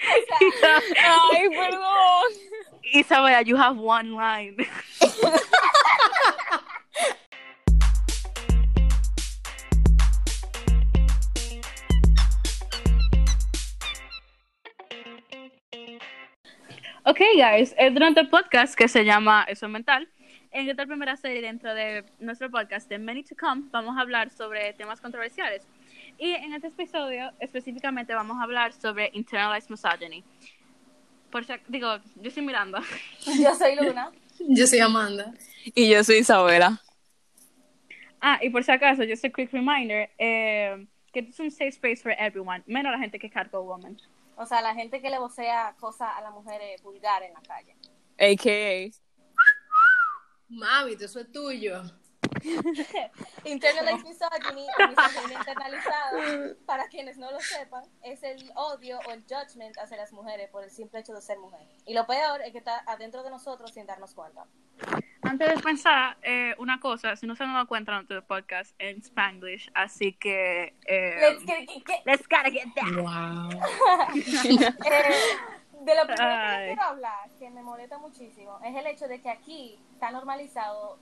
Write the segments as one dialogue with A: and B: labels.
A: Ay, perdón.
B: Isabela, you have one line. ok, guys, eh, durante el podcast que se llama Eso es Mental, en esta primera serie dentro de nuestro podcast de Many to Come, vamos a hablar sobre temas controversiales. Y en este episodio específicamente vamos a hablar sobre internalized misogyny. Por si ac- digo, yo estoy mirando.
A: Yo soy Luna.
C: Yo soy Amanda.
D: Y yo soy Isabela.
B: Ah, y por si acaso, just a quick reminder, eh, que es un safe space for everyone, menos la gente que es cargo woman.
A: O sea, la gente que le vocea cosas a las mujeres vulgares en la calle.
D: AKA.
C: Mami, eso es tuyo.
A: Internalized misogyny, o misoginia internalizada, para quienes no lo sepan, es el odio o el judgment hacia las mujeres por el simple hecho de ser mujer. Y lo peor es que está adentro de nosotros sin darnos cuenta.
B: Antes de pensar eh, una cosa, si no se han dado cuenta en nuestro podcast en Spanglish, así que... eh,
A: Let's get- get- get-
B: let's gotta get that.
C: Wow.
A: Eh, de lo primero que yo
B: Ay.
A: quiero hablar, que me molesta muchísimo, es el hecho de que aquí está normalizado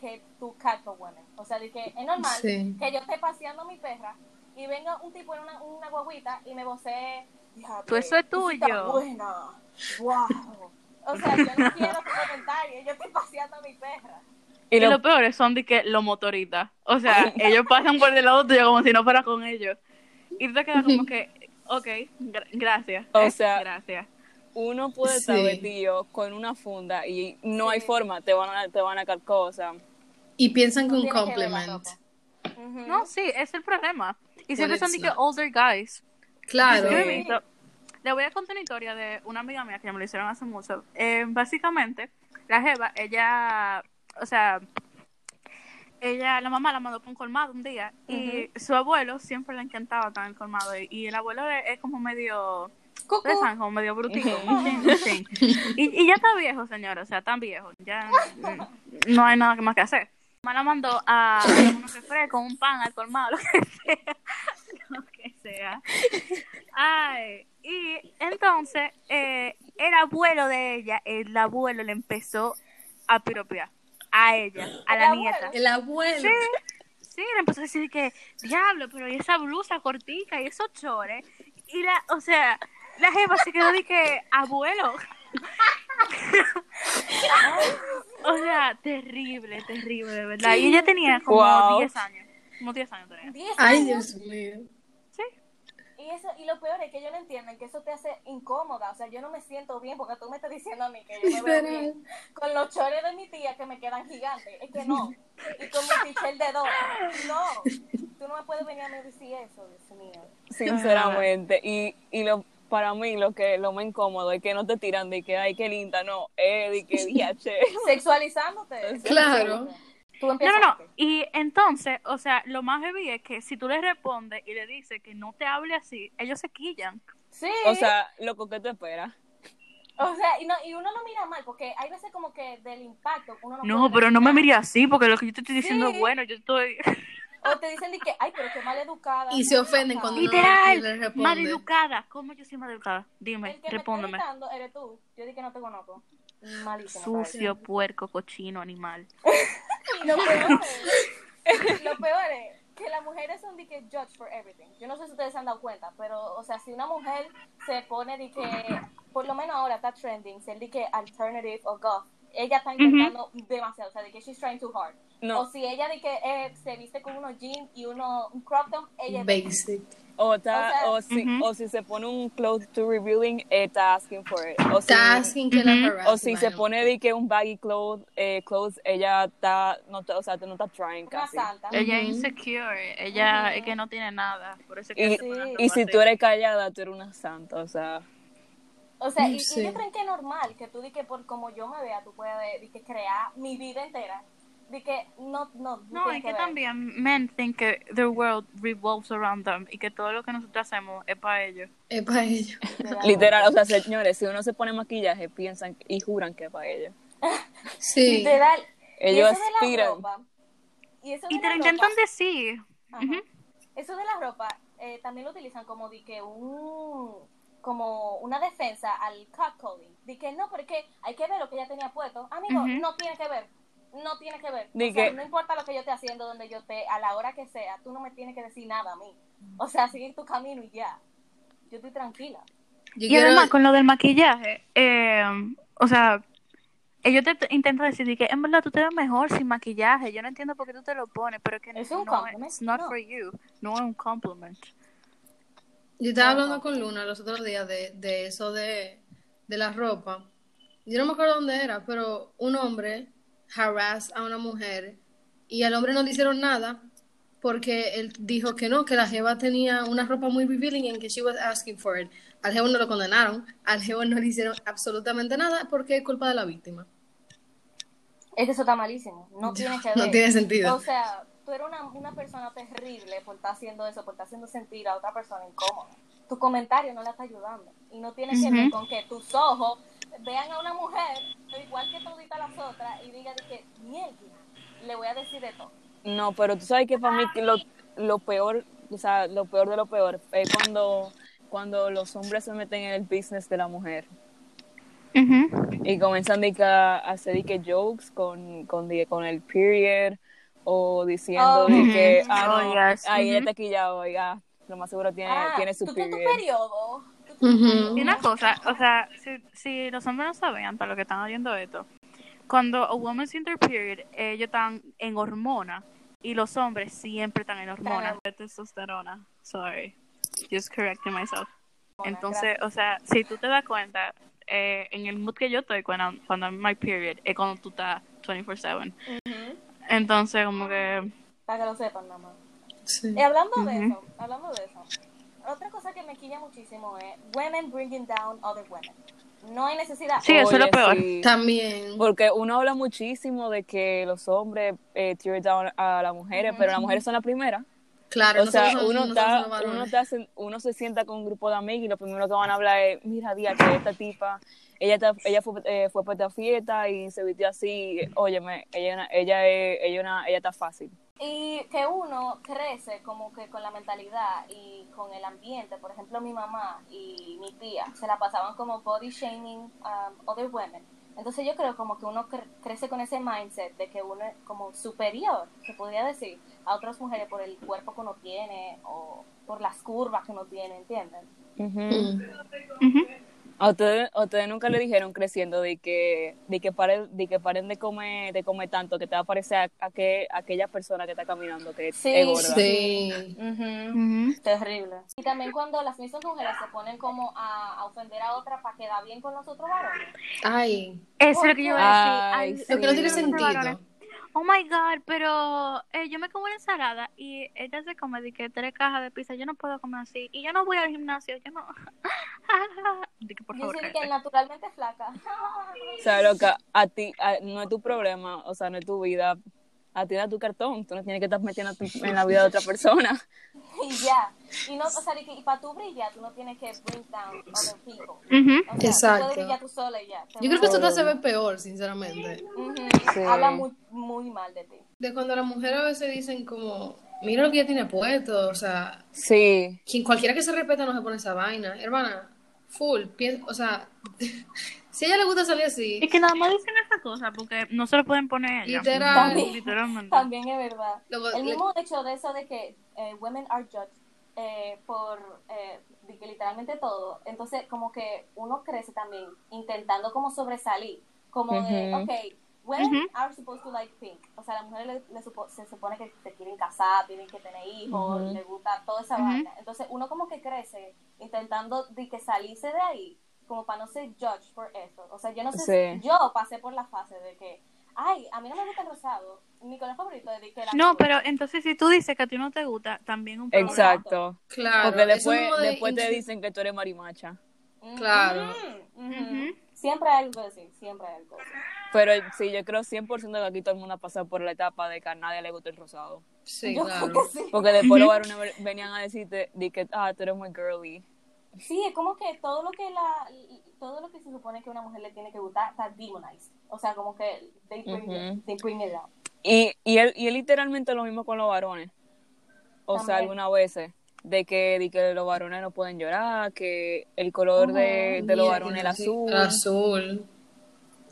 A: que tú cargo women. O sea, de que es normal
C: Sí.
A: que yo esté paseando a mi perra y venga un tipo en una, una guaguita y me vocee. "Diablo,
B: Tú, eso es
A: tú sí estás
B: tuyo".
A: buena. Wow. O sea, yo no quiero tu comentario. Yo estoy paseando a mi perra.
B: Y,
D: Y lo-
B: lo peor es son de que los motoristas. O sea, ellos pasan por del lado tuyo como si no fuera con ellos. Y tú te quedas como que, ok, gra- gracias.
D: O
B: eh,
D: sea-
B: Gracias.
D: uno puede estar
C: Sí.
D: vestido con una funda y no
A: Sí.
D: hay forma, te van a, te van a sacar cosas.
C: Y piensan que
A: No
C: un
A: tiene que ver la
C: compliment.
A: ropa. Ujú.
B: No, sí, es el problema. Y siempre
C: it's
B: son de que
C: not.
B: older guys.
C: Claro.
B: Yo he
A: Sí.
B: visto- Le voy a contar una historia de una amiga mía que me lo hicieron hace mucho. Eh, básicamente, la Jeva, ella, o sea, ella, la mamá la mandó por un colmado un día y su abuelo siempre le encantaba tan el colmado. Y, y el abuelo es, es como medio,
A: Cucú.
B: de San Juan, medio brutito.
D: Ujú.
B: Sí, sí. Y, y ya está viejo, señora, o sea, tan viejo. Ya mm, no hay nada que más que hacer. Mamá la mandó a unos refrescos, un pan, al colmado, lo que sea. Lo que sea. Ay, y entonces eh, el abuelo de ella, el abuelo le empezó a piropear a ella, a
A: ¿El
B: la
A: abuelo?
B: nieta.
C: El abuelo.
B: Sí, sí, le empezó a decir que, diablo, pero y esa blusa cortica y esos chores. Y la, o sea, la jefa se quedó de que, abuelo. o sea, terrible, terrible, de verdad. Y ella tenía como
D: Wow.
B: 10 años. Como 10 años tenía.
A: Diez
C: Ay,
A: años.
C: Dios mío.
B: Sí.
A: Y eso y lo peor es que ellos no entienden que eso te hace incómoda. O sea, yo no me siento bien porque tú me estás diciendo a mí que yo me veo bien. Con los chores de mi tía que me quedan gigantes. Es que no. Y con mi pichel de dos. No. Tú no me puedes venir a mí a decir eso, Dios mío.
D: Sinceramente. Y, y lo, para mí lo que lo más incómodo es que no te tiran de que, ay, qué linda, no, eh, de que diache.
A: Sexualizándote.
C: Claro.
A: Tú
B: No,
A: empiezas.
B: no, no. Y entonces, o sea, lo más heavy es que si tú le respondes y le dices que no te hable así, ellos se quillan.
A: Sí.
D: O sea, loco, ¿qué te espera?
A: O sea, y, no, y uno no mira mal porque hay veces como que del impacto uno no
B: No,
A: puede
B: pero no me
A: reaccionar.
B: mire así, porque lo que yo te estoy diciendo
A: Sí.
B: es bueno, yo estoy...
A: O te dicen de que, ay, pero qué mal educada.
C: Y se ofenden cuando no le
B: Literal,
C: responde.
B: maleducada. ¿Cómo yo soy maleducada? Dime,
A: El que me
B: respóndeme.
A: está gritando eres tú. Yo dije que no te conozco. Malísimo. padre.
B: Sucio, puerco, cochino, animal.
A: Y lo peor es, lo peor es que las mujeres son de que judge for everything. Yo no sé si ustedes se han dado cuenta, pero, o sea, si una mujer se pone de que, por lo menos ahora está trending, ser de que alternative o goth, ella está intentando demasiado, o sea, de que she's trying too hard.
D: No.
A: O si ella de que eh, se viste con unos jeans y uno, un crop top, ella
C: Basic.
D: O, ta-
A: O
D: o, si,
B: ujú.
D: o si se pone un clothes to revealing, eh, está asking for it. O si,
C: Está sin que la
B: Ujú.
C: harass,
D: o si se
C: mano.
D: pone de que un baggy clothes, eh, clothes ella está, no, está- o sea, no está trying
A: una
D: casi.
A: santa.
B: Ella es insecure. Ella es que no tiene nada. Por eso es que
D: Y,
B: se pone
A: Sí.
B: ropa
D: y si
B: así.
D: tú eres callada, tú eres una santa, o sea.
A: O sea, y, y
C: Sí.
A: yo creo que es normal que tú di que por como yo me vea, tú puedes di que crear mi vida entera. Di que no, no,
B: No,
A: tiene
B: y que
A: ver.
B: también men think que the world revolves around them y que todo lo que nosotros hacemos es para ellos.
C: Es para ellos.
D: Literal, o sea, señores, si uno se pone maquillaje, piensan y juran que es para ellos.
C: Sí.
A: Literal.
D: Ellos
A: y eso de la
D: aspiran.
A: ropa- y eso de
B: Y te
A: la
B: lo
A: ropa-
B: intentan decir.
A: Ajá. Eso de la ropa eh, también lo utilizan como de que un. como una defensa al catcalling. De que no, porque hay que ver lo que ella tenía puesto. Amigo,
B: Ujú.
A: no tiene que ver. No tiene que ver.
D: Di
A: O sea,
D: que-
A: no importa lo que yo esté haciendo, donde yo esté, a la hora que sea, tú no me tienes que decir nada a mí. O sea, sigue tu camino y ya. Yo estoy tranquila.
C: Yo
B: Y
C: quiero-
B: además, con lo del maquillaje, eh, o sea, ellos te te intentan decir de que en verdad tú te ves mejor sin maquillaje. Yo no entiendo por qué tú te lo pones, pero es que
A: Es
B: no
A: un compliment,
B: it's not
A: no.
B: for you. No es un compliment.
C: Yo estaba hablando con Luna los otros días de, de eso de, de la ropa. Yo no me acuerdo dónde era, pero un hombre harass a una mujer y al hombre no le hicieron nada porque él dijo que no, que la jeva tenía una ropa muy revealing and que she was asking for it. Al jevo no lo condenaron, al jevo no le hicieron absolutamente nada porque es culpa de la víctima.
A: Es que eso está malísimo. No tiene que ver.
C: No tiene sentido.
A: O sea, tú eres una, una persona terrible por estar haciendo eso, por estar haciendo sentir a otra persona incómoda. Tu comentario no la está ayudando. Y no tiene que ver
B: Ujú.
A: con que tus ojos vean a una mujer igual que todita las otras y digan de que, mierda, le voy a decir de todo.
D: No, pero tú sabes que para mí que lo, lo peor, o sea, lo peor de lo peor es cuando, cuando los hombres se meten en el business de la mujer
B: Ujú.
D: y comienzan de que a hacer de que jokes con, con, de que con el period o diciendo
A: Oh.
D: de que, ah,
B: Oh,
D: no,
B: yes.
D: ahí
B: Ujú.
D: este él está quillado, oiga, lo más seguro tiene,
A: ah,
D: tiene su
A: tú tienes tu
D: period.
A: periodo.
C: Ujú.
B: Y una cosa, o sea, si, si los hombres no sabían para los que están oyendo esto, cuando a woman's in their period, ellos están en hormona y los hombres siempre están en hormona. Testosterona. Sorry. Just correcting myself.
A: Hormona,
B: Entonces, o sea, si tú te das cuenta, eh, en el mood que yo estoy cuando, cuando I'm my period es cuando tú estás 24/7. Entonces, como que...
A: Para que lo sepan, nada más.
C: Sí.
D: Eh,
A: Y hablando de
B: Ujú.
A: eso, hablando de eso, otra cosa que me quilla muchísimo es women bringing down other women. No hay necesidad.
B: Sí, eso es lo
D: Oye,
B: peor.
D: sí.
C: También.
D: Porque uno habla muchísimo de que los hombres eh, tear down a las mujeres, pero las mujeres son las primeras.
C: Claro,
D: O sea,
C: nosotros somos-
D: uno,
C: nosotros
D: está,
C: somos varones.
D: uno, está sen- uno se sienta con un grupo de amigos y lo primero que van a hablar es, mira, día que esta tipa, ella, ta- ella fue, eh, fue para esta fiesta y se vistió así, óyeme, ella es una- ella, es- ella, es una- ella está fácil.
A: Y que uno crece como que con la mentalidad y con el ambiente. Por ejemplo, mi mamá y mi tía se la pasaban como body shaming um, other women. Entonces yo creo como que uno cre- crece con ese mindset de que uno es como superior, se podría decir, a otras mujeres por el cuerpo que uno tiene o por las curvas que uno tiene, ¿entienden?
C: Mm.
B: ujú.
D: ¿A ustedes, a ustedes nunca le dijeron creciendo de que, de que, paren, de, que paren de comer de comer tanto, que te va a parecer a, a que, a aquella persona que está caminando, que
A: Sí,
D: es gorda?
C: Sí.
B: Ujú.
A: Terrible. Y también cuando las mismas mujeres se ponen como a, a ofender a otra para quedar bien con los otros varones.
C: Ay.
B: Eso es lo que yo iba a
D: Ay,
B: decir.
D: sí.
B: Ay,
C: Lo que no tiene
B: los varones.
C: sentido.
B: Oh my god, pero eh, yo me como una ensalada y ella se come de que tres cajas de pizza. Yo no puedo comer así. Y yo no voy al gimnasio. Yo no. de que por
A: Yo
B: favor.
A: soy de que
B: cállate.
A: naturalmente flaca.
D: O sea, loca, a ti a- no es tu problema, o sea, no es tu vida. A ti da tu cartón, tú no tienes que estar metiendo tu- en la vida de otra persona.
A: y ya. Y no, o sea, de que- y para tu brillar, tú no tienes que bring down other people.
B: Ujú.
A: O sea,
C: Exacto.
A: tú puedes brillar tú sola y ya.
C: Yo creo que esto te hace ver peor, sinceramente.
A: Ujú.
D: Sí.
A: Habla muy, muy mal de ti.
C: De cuando las mujeres a veces dicen como, mira lo que ella tiene puesto, o sea,
D: Sí,
C: quien cualquiera que se respeta no se pone esa vaina. Hermana, full, pien- o sea, si a ella le gusta salir así,
B: Y que nada más dicen esa cosa porque no se lo pueden poner a ella.
C: Literal.
B: Literalmente.
A: También es verdad.
C: Luego,
A: El
C: le-
A: mismo hecho de eso de que eh, women are judged eh, por eh, de que literalmente todo. Entonces, como que uno crece también intentando como sobresalir. Como de,
D: Ujú.
A: ok, women
B: Ujú.
A: are supposed to like pink. O sea, las mujeres le- le supo- se supone que se quieren casar, tienen que tener hijos,
D: Ujú.
A: les gusta toda esa
B: Ujú.
A: vaina. Entonces, uno como que crece intentando de que salirse de ahí, como para no ser judged por eso. O sea, yo no sé,
D: Sí.
A: si- yo pasé por la fase de que Ay, a mí no me gusta el rosado. Mi color favorito es de que la
B: No,
A: cruz.
B: pero entonces si tú dices que a ti no te gusta, también un problema.
D: exacto.
C: claro.
D: Porque
C: eso
D: después,
C: mismo de
D: después te
C: insu-
D: dicen que tú eres marimacha.
A: Mm,
C: Claro.
A: mm, mm.
B: Ujú.
A: Siempre hay algo que decir, siempre hay algo que decir.
D: Pero sí, yo creo 100% que aquí todo el mundo ha pasado por la etapa de que a nadie le gusta el rosado.
C: Sí,
A: Yo
C: claro.
A: creo que sí.
D: Porque después los varones ven- venían a decirte de que, ah, tú eres muy girly.
A: Sí, es como que todo lo que la todo lo que se supone que a una mujer le tiene que gustar está demonized. O sea, como que they bring,
D: Ujú.
A: it, they bring it down.
D: Y, y, él, y es literalmente lo mismo con los varones. O sea,
A: También.
D: algunas veces. de que, de que los varones no pueden llorar, que el color de, de los varones es azul,
C: El azul.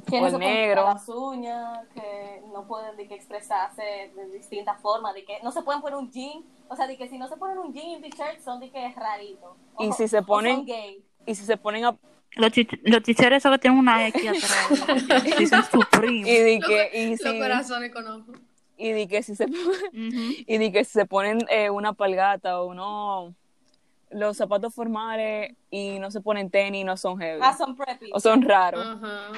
A: Que
D: O
A: no
D: el
A: se pueden
D: negro.
A: pintar las uñas, que no pueden de que expresarse de distintas formas, de que no se pueden poner un jean, o sea, de que si no se ponen un jean y un t-shirt son de que es rarito. O-
D: Y si se
A: o
D: ponen-
A: son gay.
D: y si se ponen a,
B: Los, chich- los chicheros esos que tienen una X atrás. Dicen Supreme.
D: y de
C: Los
D: que,
C: cor-
D: y
C: Los
D: si,
C: corazones conozco.
D: y de que si se ponen-
B: Ujú.
D: y de que si se ponen eh, una palgata o no los zapatos formales y no se ponen tenis no son heavy
A: Ah, son preppy.
D: o son raros
C: Ajá.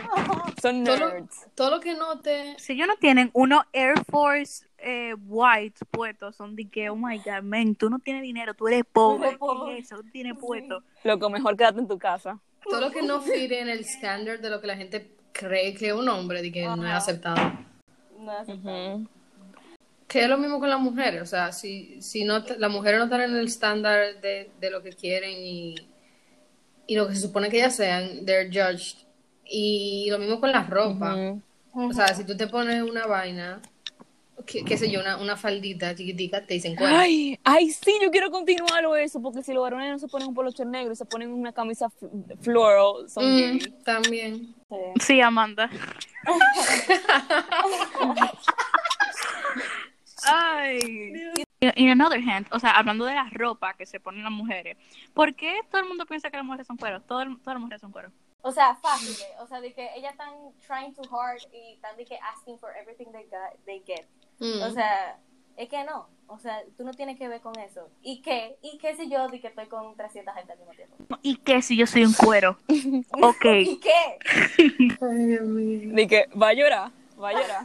D: son
C: Todo lo,
D: nerds
C: todo lo que note.
B: Si ellos no tienen uno Air Force eh, White puesto, son de que, oh my god, men, tú no tienes dinero, tú eres pobre.
A: Tú eres pobre.
B: ¿Qué es eso? Tú tienes puesto.
D: lo que mejor quédate en tu casa
C: Todo lo que no fire en el estándar de lo que la gente cree que es un hombre de que no es aceptado.
A: No, es-
D: Ujú.
C: Que es lo mismo con las mujeres, o sea, si, si no te- las mujeres no están en el estándar de, de lo que quieren y, y lo que se supone que ellas sean, they're judged. Y lo mismo con la ropa.
D: Ujú.
C: O sea, si tú te pones una vaina, que- qué, sé yo, una, una faldita chiquitica, te dicen cuerno.
D: Ay, ay, sí, yo quiero continuarlo eso, porque si los varones no se ponen un poloche negro y se ponen una camisa fl- floral, son
C: Mm,
D: gay.
C: también.
A: sí.
B: Sí, Amanda. Ay. Y en another hand, o sea, hablando de la ropa que se ponen las mujeres, ¿por qué todo el mundo piensa que las mujeres son cuero? Todo el- todas las mujeres son cuero.
A: O sea, fácil. eh. O sea, de que ellas están trying too hard y están de que asking for everything they, got- they get.
C: Mm.
A: O sea, es que no. O sea, tú no tienes que ver con eso. ¿Y qué? ¿Y qué si yo de que estoy con 300 gente al mismo tiempo?
B: ¿Y qué si yo soy un cuero? Ok.
A: ¿Y qué?
C: Ay, Dios mío.
D: De que va a llorar, va a llorar.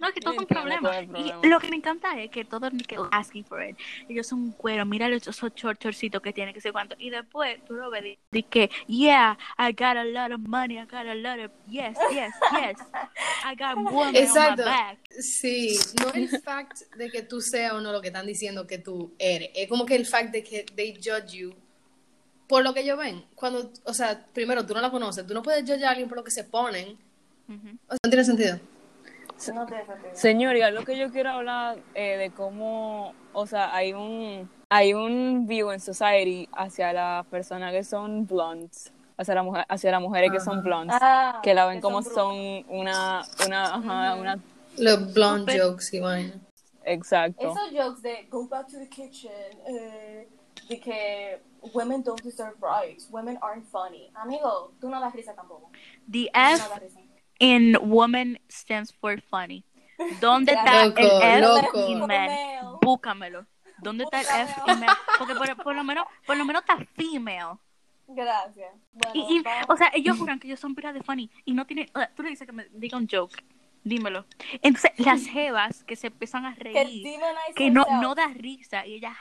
B: No, que todo es un
D: Yo entiendo todo
B: problema.
D: el problema.
B: Y lo que me encanta es que todos que asking for it. Ellos son un cuero, mira los esos short, shortcitos que tiene, que sé cuánto. Y después tú lo ves y que, yeah, I got a lot of money, I got a lot of, yes, yes, yes. I got woman
C: Exacto.
B: on my back.
C: Sí, no el fact de que tú seas o no lo que están diciendo que tú eres. Es como que el fact de que they judge you por lo que ellos ven. Cuando, o sea, primero tú no la conoces, tú no puedes judge a alguien por lo que se ponen.
B: Ujú.
C: O sea, no tiene sentido.
A: No te desafío.
D: Señor, y algo que yo quiero hablar eh, de cómo, o sea, hay un, hay un view en society hacia las personas que son blondes, hacia, la mujer, hacia las mujeres que son blondes,
A: Ah,
D: que la ven como
A: son
D: son una, una, ajá, una,
C: Los blonde jokes y vaina.
D: exacto.
A: Esos jokes de go back to the kitchen, eh, de que women don't deserve rights, women aren't funny. Amigo, tú no das risa tampoco. Tú
B: The
A: no
B: F
A: das risa.
B: in woman stands for funny. ¿Dónde está
C: Loco,
B: el F
C: loco.
B: in man? Búscamelo. ¿Dónde está el F in man? Porque por, por lo menos, por lo menos está female.
A: Gracias. Bueno,
B: Y, y,
A: vamos.
B: o sea, ellos juran que ellos son piras de funny y no tienen. o sea, tú le dices que me diga un joke. Dímelo. Entonces, las jevas que se empiezan a
A: que
B: reír,
A: demonize
B: que no,
A: herself.
B: no da risa y ellas.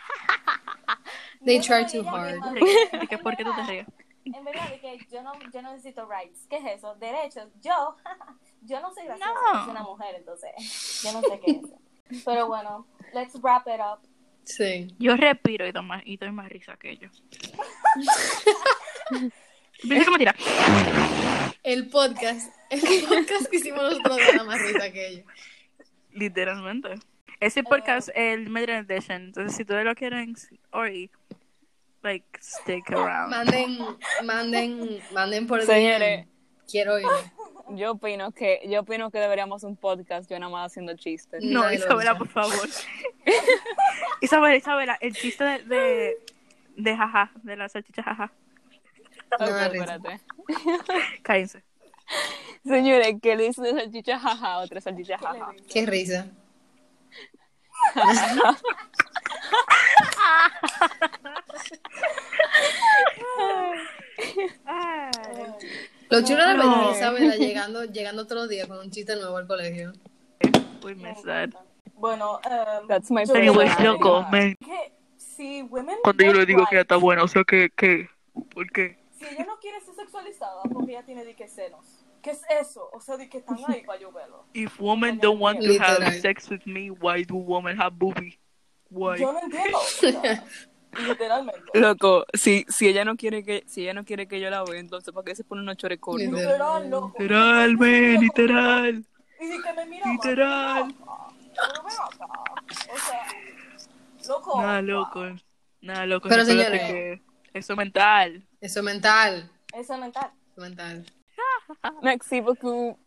C: They
A: No,
C: try
A: no,
C: too
A: ella
C: hard.
A: misma dice,
B: de que,
A: "En
B: ¿Por qué tú te
A: verdad,
B: ríes?
A: En verdad, de que yo no, yo no necesito rights. ¿Qué es eso? Derechos. Yo, yo no soy graciosa,
B: No.
A: soy una mujer, entonces, yo no sé qué es eso. Pero bueno, let's wrap it up.
C: Sí.
B: Yo respiro y doy más, y doy más risa que ellos. Piensa que me tira.
C: El podcast, el podcast que hicimos nosotros da más risa que ellos.
B: Literalmente. Ese podcast es el Midnight Edition. Entonces, si ustedes lo quieren oír, like, stick around.
C: Manden, manden, manden por
D: Señores.
C: DM. Quiero ir.
D: Yo opino que, yo opino que deberíamos hacer un podcast, yo nada más haciendo chistes.
B: No,
C: Nadie lo
B: Isabela,
C: usa.
B: por favor. Isabela, Isabela, el chiste de, de, de jaja, de la salchicha jaja.
C: No,
D: Ok,
C: da risa.
D: espérate.
B: Cállense.
D: Señores, que le hizo una salchicha jaja, otra salchicha jaja.
C: Qué risa. Lo chulo de
B: No.
C: venir Isabela llegando, llegando todos los días con un chiste nuevo al colegio.
B: We missed that.
A: Bueno, um,
D: That's my
A: yo-
D: favorite.
B: Anyways, loco, me-
A: que si women
B: cuando yo
A: want
B: le digo que ya
A: rights,
B: está bueno, o sea, que, que, ¿por qué?
A: si ella no quiere ser sexualizada porque ella tiene de que senos ¿qué es eso? o sea de que están ahí para yo verlo
B: If women don't want to have
C: Literal.
B: sex with me, why do women have boobie? Why?
A: yo no entiendo o sea, literalmente
D: Loco, si, si ella no quiere que, si ella no quiere que yo la vea, entonces ¿para qué se pone unos chores cortos?
C: Literal.
A: literal loco
B: Literal, man, literal.
A: y de que me mira mal.
B: Literal.
A: Pero ven acá. o sea loco
B: Nada, loco. No, loco,
C: Pero,
B: recuérdate
C: señores.
B: que eso es mental.
C: Eso es mental.
A: Eso es mental.
D: Ah,
C: Mental.
D: Merci beaucoup.